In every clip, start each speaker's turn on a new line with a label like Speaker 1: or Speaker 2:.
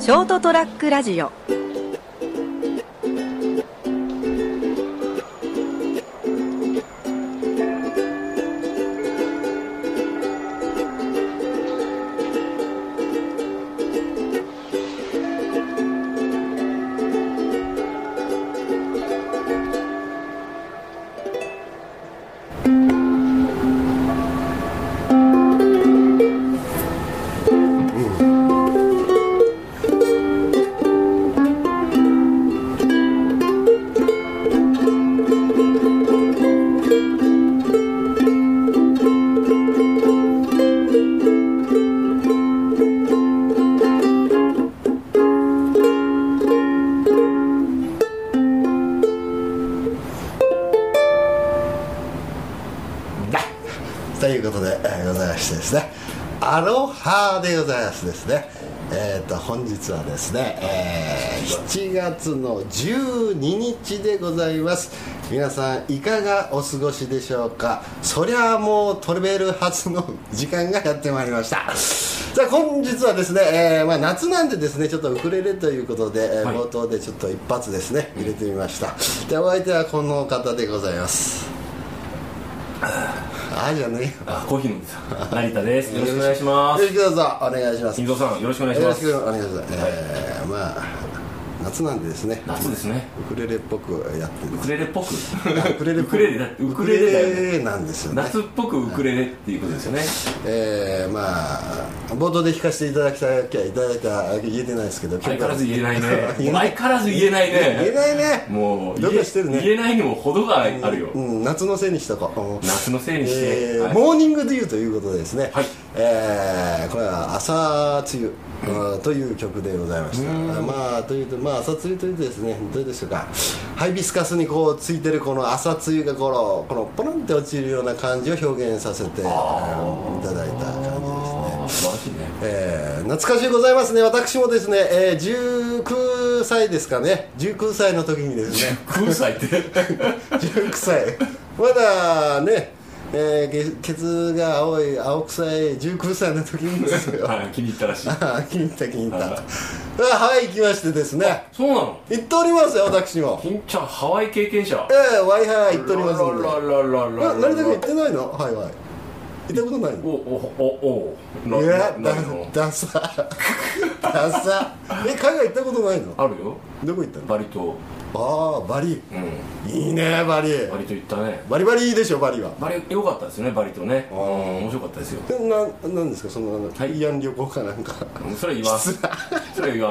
Speaker 1: ショートトラックラジオ
Speaker 2: ということで、えーございましてですねアロハでございますですねえっ、と本日はですね、えー7月の12日でございます皆さんいかがお過ごしでしょうかそりゃもう取れるはずの時間がやってまいりましたさあ本日はですね、えーまあ、夏なんでですねちょっとウクレレということで、えー
Speaker 3: はい
Speaker 2: 冒頭でちょっと一発ですね入れてみましたでお相手はこの方でございますああじゃねえよ
Speaker 3: あコーヒー飲んでた成田で すよろしくお願いしま
Speaker 2: よ
Speaker 3: す
Speaker 2: ろしくどうぞお願いします
Speaker 3: 金蔵さんよろしくお願いします
Speaker 2: よろしくお願いします、えーまあ夏なんでですね
Speaker 3: 夏ですね
Speaker 2: ウクレレっぽくやって
Speaker 3: ウ
Speaker 2: ま
Speaker 3: ク
Speaker 2: す
Speaker 3: レレっぽ く
Speaker 2: ウクレレっ
Speaker 3: ウ
Speaker 2: ぽく
Speaker 3: クレレだウクレレだよね
Speaker 2: ウクレレなんですよね
Speaker 3: 夏っぽくウクレレっていうことですよね
Speaker 2: えー、まあ冒頭で弾かせていただきたいいただいた言えてないですけど
Speaker 3: 相変わらず言えないね
Speaker 2: 言えない
Speaker 3: 相変わらず言えないね
Speaker 2: 言えないね
Speaker 3: もう
Speaker 2: どうかしてるね
Speaker 3: 言え言えないにも程があるよ
Speaker 2: うん、夏のせいにしとこううん
Speaker 3: 夏のせいにして
Speaker 2: えー
Speaker 3: はい
Speaker 2: モーニングデューということでですね、
Speaker 3: はい
Speaker 2: えーこれは「朝露」うんという曲でございましたまあというとまあ朝露というとですねどうでしょうかハイビスカスにこうついてるこの朝露がこのこのポロンって落ちるような感じを表現させていただいた感じですね
Speaker 3: あー素晴らしいね
Speaker 2: えー懐かしいございますね私もですね、えー19歳ですかね19歳の時にですね
Speaker 3: 空歳って
Speaker 2: 19歳まだね、えーげ、ケツが青い青臭い19歳の時にですよ
Speaker 3: はい気に入ったらしい
Speaker 2: あ気に入った気に入った
Speaker 3: はい
Speaker 2: あはい行きましてですね
Speaker 3: そうなの
Speaker 2: 行っておりますよ私も
Speaker 3: 金ちゃんハワイ経験者
Speaker 2: ええ w i f i 行っておりますんで
Speaker 3: ラララララ
Speaker 2: な成田君行ってないのはいはい行ったことないの
Speaker 3: おおおお
Speaker 2: いや
Speaker 3: な
Speaker 2: だ
Speaker 3: ないの
Speaker 2: ダサダサえ海外行ったことないの
Speaker 3: あるよ
Speaker 2: どこ行ったの
Speaker 3: バリ島
Speaker 2: ああバリ
Speaker 3: うん
Speaker 2: いいねバリ
Speaker 3: バリ島行ったね
Speaker 2: バリバリいいでしょバリは
Speaker 3: バリ良かったですよねバリ島ね
Speaker 2: あ
Speaker 3: う
Speaker 2: ー
Speaker 3: ん面白かったですよ
Speaker 2: でななんですかそのなんか
Speaker 3: はい
Speaker 2: 慰安旅行か なんか
Speaker 3: うんそれは言わんそれは言わ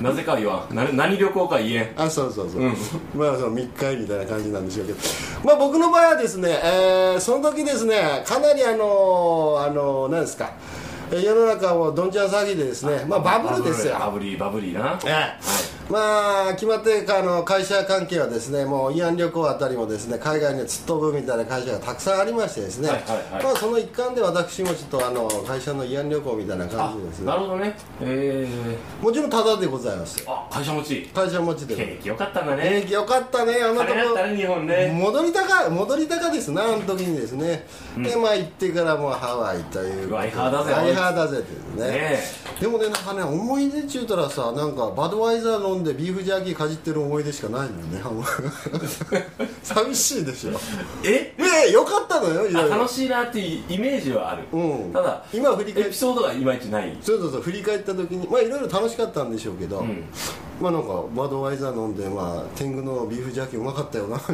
Speaker 3: んなぜかは言わんな何旅行か言えん
Speaker 2: あそうそうそう、
Speaker 3: うん
Speaker 2: まあその密会みたいな感じなんでしょうけどまあ僕の場合はですね、えーその時ですねかなりあのーあのーなんですかえー世の中をどんちゃん騒ぎでですねまあバブルですよ
Speaker 3: バブリーバブリーな
Speaker 2: ええまあ決まってあの会社関係はですねもう慰安旅行あたりもですね海外に突っ飛ぶみたいな会社がたくさんありましてですね、
Speaker 3: はいはいはい
Speaker 2: まあ、その一環で私もちょっとあの会社の慰安旅行みたいな
Speaker 3: あ
Speaker 2: 感じですね
Speaker 3: なるほどねえー
Speaker 2: もちろんタダでございますよ
Speaker 3: あ会社持ち
Speaker 2: 会社持ちで
Speaker 3: 景気良かったんだ
Speaker 2: え
Speaker 3: ね
Speaker 2: よかったねあのと
Speaker 3: 金だったね日本
Speaker 2: こ
Speaker 3: ね
Speaker 2: 戻りたか戻りたかですなあの時にですね、でまあ行ってからもうハワイという
Speaker 3: うわ相変わらだぜ
Speaker 2: 相変わらだぜっていうね
Speaker 3: ね
Speaker 2: でもねなんかね思い出ちゅうたらさなんかバドワイザー飲んでビーフジャーキーかじってる思い出しかないのよね 寂しいでしょ
Speaker 3: え
Speaker 2: ええよかったのよい
Speaker 3: あ
Speaker 2: ろいろ
Speaker 3: 楽しいなっていうイメージはある
Speaker 2: うん
Speaker 3: ただ
Speaker 2: 今振り返
Speaker 3: エ
Speaker 2: っ
Speaker 3: ピソードがいまいちない
Speaker 2: そうそうそう振り返った時にまあいろいろ楽しかったんでしょうけど、
Speaker 3: ん
Speaker 2: まあなんかバドワイザー飲んでまあ天狗のビーフジャーキーうまかったよなみた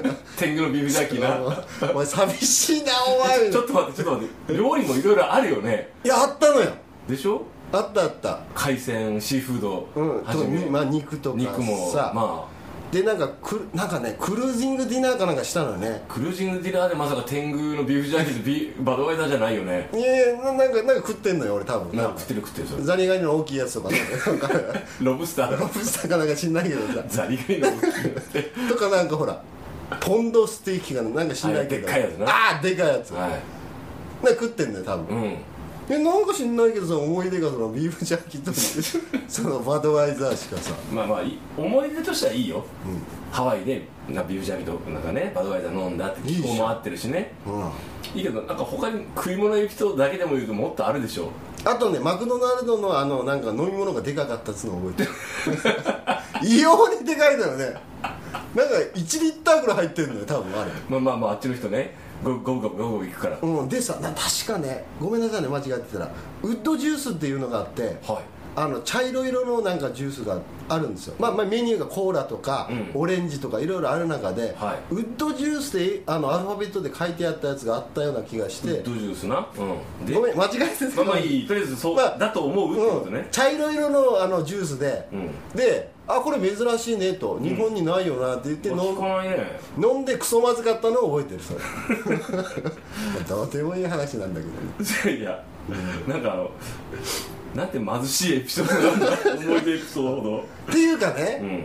Speaker 2: いな
Speaker 3: 天狗のビーフジャーキーな
Speaker 2: あのお前寂しいなお前
Speaker 3: ちょっと待ってちょっと待って料理もいろいろあるよね
Speaker 2: いやあったのよ
Speaker 3: でしょ
Speaker 2: あったあった
Speaker 3: 海鮮シーフード
Speaker 2: うん
Speaker 3: はじ
Speaker 2: と
Speaker 3: め、
Speaker 2: まあ、肉とか
Speaker 3: 肉も
Speaker 2: さ、
Speaker 3: ま
Speaker 2: でなんかくるなんかねクルージングディナーかなんかしたのよね
Speaker 3: あクルージングディナーでまさか天狗のビーフジャーキーとビーバドワイザーじゃないよね
Speaker 2: いやいやななんかなんか食ってんのよ俺多分
Speaker 3: な
Speaker 2: なんんか
Speaker 3: か食ってる食ってるそれ
Speaker 2: ザリガニの大きいやつとか ねなんか
Speaker 3: ロブスタ
Speaker 2: ロ
Speaker 3: ー
Speaker 2: ブスターかなんか知んないけどさ
Speaker 3: ザリガニのロブスター
Speaker 2: とかなんかほらポンドステーキかななんか知んないけど
Speaker 3: あれでっかいやつな
Speaker 2: ああでかいやつ、
Speaker 3: はい
Speaker 2: なんか食ってんのよ多分、
Speaker 3: うん
Speaker 2: でなんか知んないけどさ思い出がそのビーフジャーキーとそのバドワイザーしかさ
Speaker 3: まあまあいい思い出としてはいいよ、ハワイでなビーフジャーキーとなんかねバドワイザー飲んだって
Speaker 2: いい
Speaker 3: 気
Speaker 2: じゃ
Speaker 3: 候
Speaker 2: ん
Speaker 3: も合ってるしね
Speaker 2: うん
Speaker 3: いいけどなんか他に食い物エピソードだけでも言うともっとあるでしょ
Speaker 2: あとねマクドナルドのあのなんか飲み物がでかかったっつうの覚えてる異様にでかいのよねなんか1リッターぐらい入ってるのよ多分あれ
Speaker 3: まあまあまああっちの人ねゴブゴブゴブゴブゴブ行くから
Speaker 2: うん、でさな確かねごめんなさいね間違ってたらウッドジュースっていうのがあって、
Speaker 3: はい
Speaker 2: あの茶色色のなんかジュースがあるんですよ、まあ、まあメニューがコーラとか、
Speaker 3: うん
Speaker 2: オレンジとかいろいろある中で、
Speaker 3: はい
Speaker 2: ウッドジュースであのアルファベットで書いてあったやつがあったような気がし
Speaker 3: ウッ
Speaker 2: て
Speaker 3: ドジュースなうんで
Speaker 2: ごめん間違えてた
Speaker 3: まあまあいいとりあえずそう、
Speaker 2: まあ
Speaker 3: だと思うってこと
Speaker 2: うん
Speaker 3: ね、
Speaker 2: 茶色色のあのジュースで、
Speaker 3: うん
Speaker 2: であこれ珍しいねと日本にないよなって言って飲
Speaker 3: まあ
Speaker 2: ん
Speaker 3: 聞かないね
Speaker 2: 飲んでクソまずかったのを覚えてるそれ まあどうでもいい話なんだけどね
Speaker 3: いやなんかあのなんて貧しいエピソードなんだ思い出エピソードほど
Speaker 2: っていうかね、
Speaker 3: うん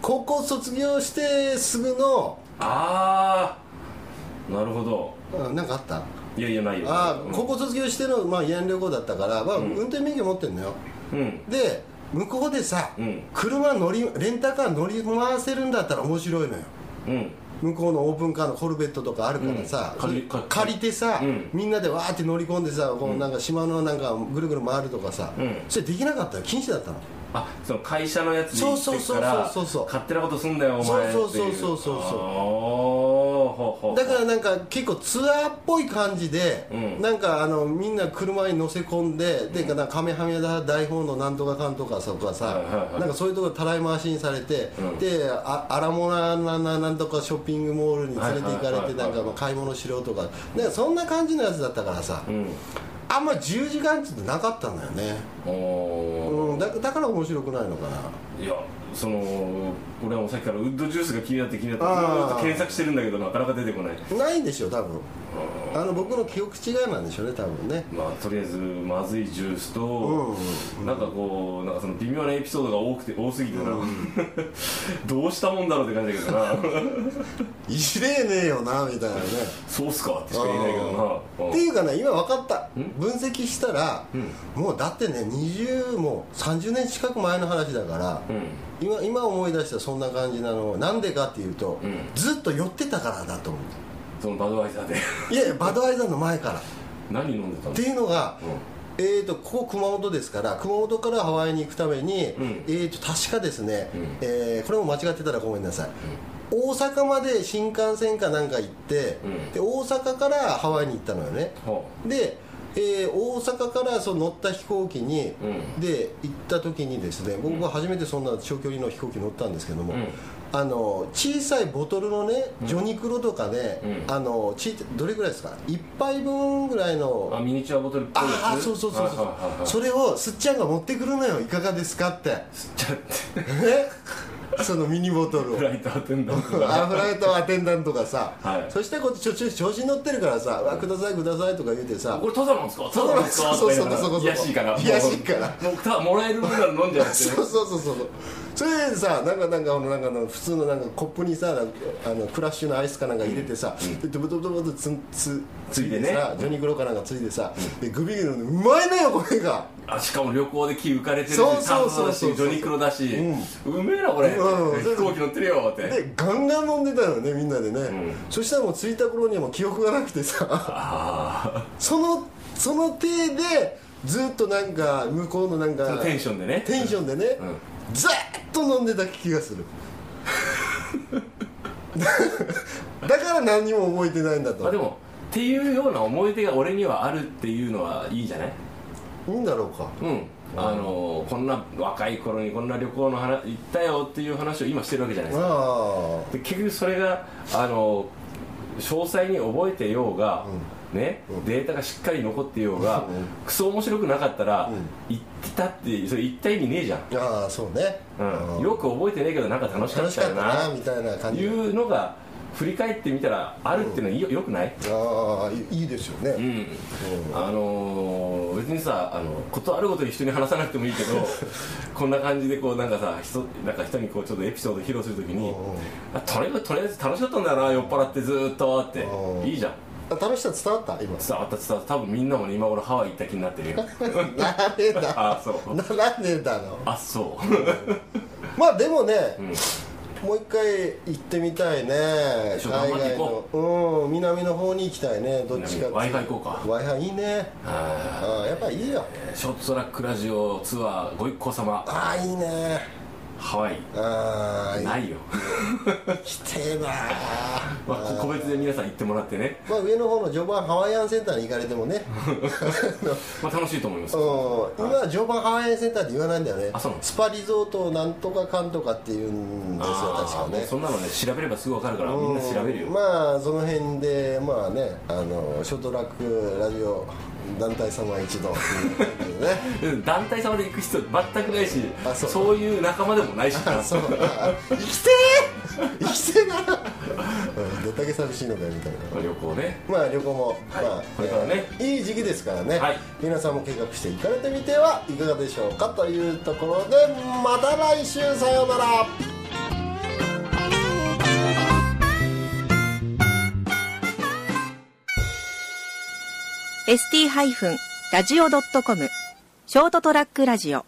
Speaker 2: 高校卒業してすぐの
Speaker 3: ああなるほど
Speaker 2: 何かあった
Speaker 3: いやいやないよ
Speaker 2: あ
Speaker 3: うん
Speaker 2: ー高校卒業しての、まあ、慰安旅行だったから、まあ、運転免許持ってんのよ
Speaker 3: うん
Speaker 2: で向こうでさ、
Speaker 3: うん
Speaker 2: 車乗りレンタカー乗り回せるんだったら面白いのよ
Speaker 3: うん
Speaker 2: 向こうのオープンカーのコルベットとかあるからさ、
Speaker 3: うん借り借り
Speaker 2: 借りてさ、
Speaker 3: うん
Speaker 2: みんなでわーって乗り込んでさこうなんか島のなんかぐるぐる回るとかさ、
Speaker 3: うん
Speaker 2: それできなかったよ禁止だったの
Speaker 3: あその会社のやつで行ってっか
Speaker 2: そ
Speaker 3: ら
Speaker 2: うそうそうそうそう
Speaker 3: 勝手なことすんだよお前ってい
Speaker 2: そうそうそうそうそうそう
Speaker 3: あーほうほう
Speaker 2: だからなんか結構ツアーっぽい感じで、
Speaker 3: うん
Speaker 2: なんかあのみんな車に乗せ込んで、でなんかカメハメだ大砲のなんとかかんとかとかさ、
Speaker 3: はいはいはい
Speaker 2: なんかそういうところたらい回しにされて、
Speaker 3: うん
Speaker 2: であアラモラなななんとかショッピングモールに連れて行かれ
Speaker 3: はいはいはいは
Speaker 2: て
Speaker 3: い
Speaker 2: なんかまあ買い物しろとかなんかそんな感じのやつだったからさ、
Speaker 3: うん
Speaker 2: あんま10時間ってなかったんだよね、
Speaker 3: おー
Speaker 2: うん、だだから面白くないのかない
Speaker 3: やその俺はもうさっきからウッドジュースが気になって気になってず
Speaker 2: あー
Speaker 3: ーっと検索してるんだけどなかなか出てこない
Speaker 2: ないんでしょ多分あの僕の記憶違いなんでしょうね多分ね
Speaker 3: まあとりあえずまずいジュースと、
Speaker 2: うん
Speaker 3: なんかこうなんかその微妙なエピソードが多くて多すぎてな、 どうしたもんだろうって感じだけどな
Speaker 2: いじれねえよなみたいなね
Speaker 3: そうっすかってしか言えないけどな
Speaker 2: っていうかね今分かった
Speaker 3: ん
Speaker 2: 分析したら、もうだってね20もう30年近く前の話だから、
Speaker 3: うん
Speaker 2: 今今思い出したらそんな感じなのなんでかっていうと、
Speaker 3: うん
Speaker 2: ずっと寄ってたからだと思
Speaker 3: そのバドワイザーで
Speaker 2: ういやいやバドワイザーの前からっ
Speaker 3: 何飲んでたの
Speaker 2: ていうのが、
Speaker 3: うん
Speaker 2: えー、とここ熊本ですから熊本からハワイに行くために、
Speaker 3: ん
Speaker 2: えー、と確かですね、
Speaker 3: うん
Speaker 2: えーこれも間違ってたらごめんなさい、大阪まで新幹線かなんか行って、
Speaker 3: うん
Speaker 2: で大阪からハワイに行ったのよね
Speaker 3: は
Speaker 2: で、えー大阪からその乗った飛行機に、
Speaker 3: うん
Speaker 2: で行った時にですね僕は初めてそんな長距離の飛行機乗ったんですけども、
Speaker 3: うん
Speaker 2: あの小さいボトルのねジョニクロとかね、
Speaker 3: うん
Speaker 2: あのちどれぐらいですか1杯分ぐらいの
Speaker 3: あミニチュアボトルっぽいやつ
Speaker 2: ああそうそうそうそう、
Speaker 3: はいはいはいはい
Speaker 2: それをすっちゃんが持ってくるのよいかがですかって
Speaker 3: 吸っちゃって
Speaker 2: ねそのミニボトルを
Speaker 3: フライト当てんだ
Speaker 2: アフライトアテンダントがさ、
Speaker 3: はい
Speaker 2: そしてこっちちょちょ調子に乗ってるからさ「うわくださいください」とか言うてさ
Speaker 3: これただなんですか
Speaker 2: そう
Speaker 3: なんですか
Speaker 2: そうそう
Speaker 3: とか言いながら
Speaker 2: そうそうそう
Speaker 3: 癒やしいから
Speaker 2: 癒やしいから
Speaker 3: もうもうたもらえる分なら飲んじゃうって
Speaker 2: そうそうそうそうそれでさなんかなんかあのなんかあの普通のなんかコップにさあのクラッシュのアイスかなんか入れてさ、でドブドブドブとつんつ
Speaker 3: ついてね
Speaker 2: さ、ジョニー・グロかなんかついてさ、でグビグビ飲んでうまいのよこれが
Speaker 3: あしかも旅行で木浮かれてるし
Speaker 2: そうそうそうそう
Speaker 3: 炭素だしジョニクロだし、うめえなこれ、
Speaker 2: うん
Speaker 3: 飛行機乗ってるよって
Speaker 2: でガンガン飲んでたよねみんなでね、
Speaker 3: ん
Speaker 2: そしたらもう着いた頃にはもう記憶がなくてさ
Speaker 3: あ
Speaker 2: そのその体でずっとなんか向こうのなん
Speaker 3: あ
Speaker 2: か
Speaker 3: テンションでね
Speaker 2: テンションでね、
Speaker 3: う
Speaker 2: ずーっと飲んでた気がするだから何にも覚えてないんだ
Speaker 3: まあで
Speaker 2: と
Speaker 3: もっていうような思い出が俺にはあるっていうのはいいんじゃない
Speaker 2: いいんだろうか
Speaker 3: うんあのーこんな若い頃にこんな旅行の話行ったよっていう話を今してるわけじゃないですか
Speaker 2: あ
Speaker 3: で結局それがあの詳細に覚えてようが、ねデータがしっかり残ってようが、クソ面白くなかったら、言ってたってそれ言った意味ねえじゃん、
Speaker 2: あああそうね、
Speaker 3: うん
Speaker 2: うん
Speaker 3: よく覚えてねえけどなんか楽しか
Speaker 2: 楽
Speaker 3: っ
Speaker 2: したか
Speaker 3: よ
Speaker 2: ったな
Speaker 3: な
Speaker 2: みたいな感
Speaker 3: い
Speaker 2: じ
Speaker 3: うのが振り返ってみたらあるっていうのはよ,、よくない
Speaker 2: ああいいいですよね、
Speaker 3: う
Speaker 2: うん
Speaker 3: んあのー別にさあのことあるごとに人に話さなくてもいいけど こんな感じでこうなんかさ人なんか人にこうちょっとエピソード披露するときに
Speaker 2: うんうん
Speaker 3: あとりあえずとりあえず楽しかったんだよな酔っ払ってずーっとって
Speaker 2: うん
Speaker 3: いいじゃん
Speaker 2: あ楽しさ伝わった今
Speaker 3: 伝わった伝わった多分みんなもね今頃ハワイ行った気になってる よ
Speaker 2: なれだ
Speaker 3: あそう
Speaker 2: ならねえだろ
Speaker 3: あそう
Speaker 2: まあでもね、
Speaker 3: ん
Speaker 2: もう一回行ってみたいね
Speaker 3: ちょっと
Speaker 2: 海
Speaker 3: 頑張って
Speaker 2: 外
Speaker 3: いこ
Speaker 2: のうん南の方に行きたいねどっちか
Speaker 3: Wi-Fi 行こうか
Speaker 2: w i f i いいね
Speaker 3: あ
Speaker 2: ああややっぱいいよ
Speaker 3: ショートトラックラジオツアーご一行様
Speaker 2: ああいいね
Speaker 3: ハワイ
Speaker 2: ああ
Speaker 3: ないよ、
Speaker 2: きてえな
Speaker 3: まあ、こ個別で皆さん行ってもらってね、
Speaker 2: まあ上の方の序盤ハワイアンセンターに行かれてもね
Speaker 3: まあ、楽しいと思います、
Speaker 2: うん今序盤ハワイアンセンターって言わないんだよね
Speaker 3: あそうなの
Speaker 2: スパリゾートなんとかかんとかっていうんですよ
Speaker 3: あ
Speaker 2: 確か
Speaker 3: ーもう
Speaker 2: ね
Speaker 3: そんなのね調べればすぐ分かるからみ
Speaker 2: うん
Speaker 3: な調べるよ、
Speaker 2: まあその辺でまあねあのショートラックラジオ団体様一同 ね
Speaker 3: うん団体様で行く必要全くないし
Speaker 2: あそ
Speaker 3: そうういう仲間でもないし
Speaker 2: あそうあ生きてえ生きてえな、う ん、どっだけ寂しいのかよみたいな
Speaker 3: まあ旅行ね
Speaker 2: まあ旅行も、
Speaker 3: はい
Speaker 2: まあ
Speaker 3: これからね
Speaker 2: えーいい時期ですからね、
Speaker 3: はい
Speaker 2: 皆さんも計画して行かれてみてはいかがでしょうかというところでまた来週さようなら
Speaker 1: ST-radio.com ショートトラックラジオ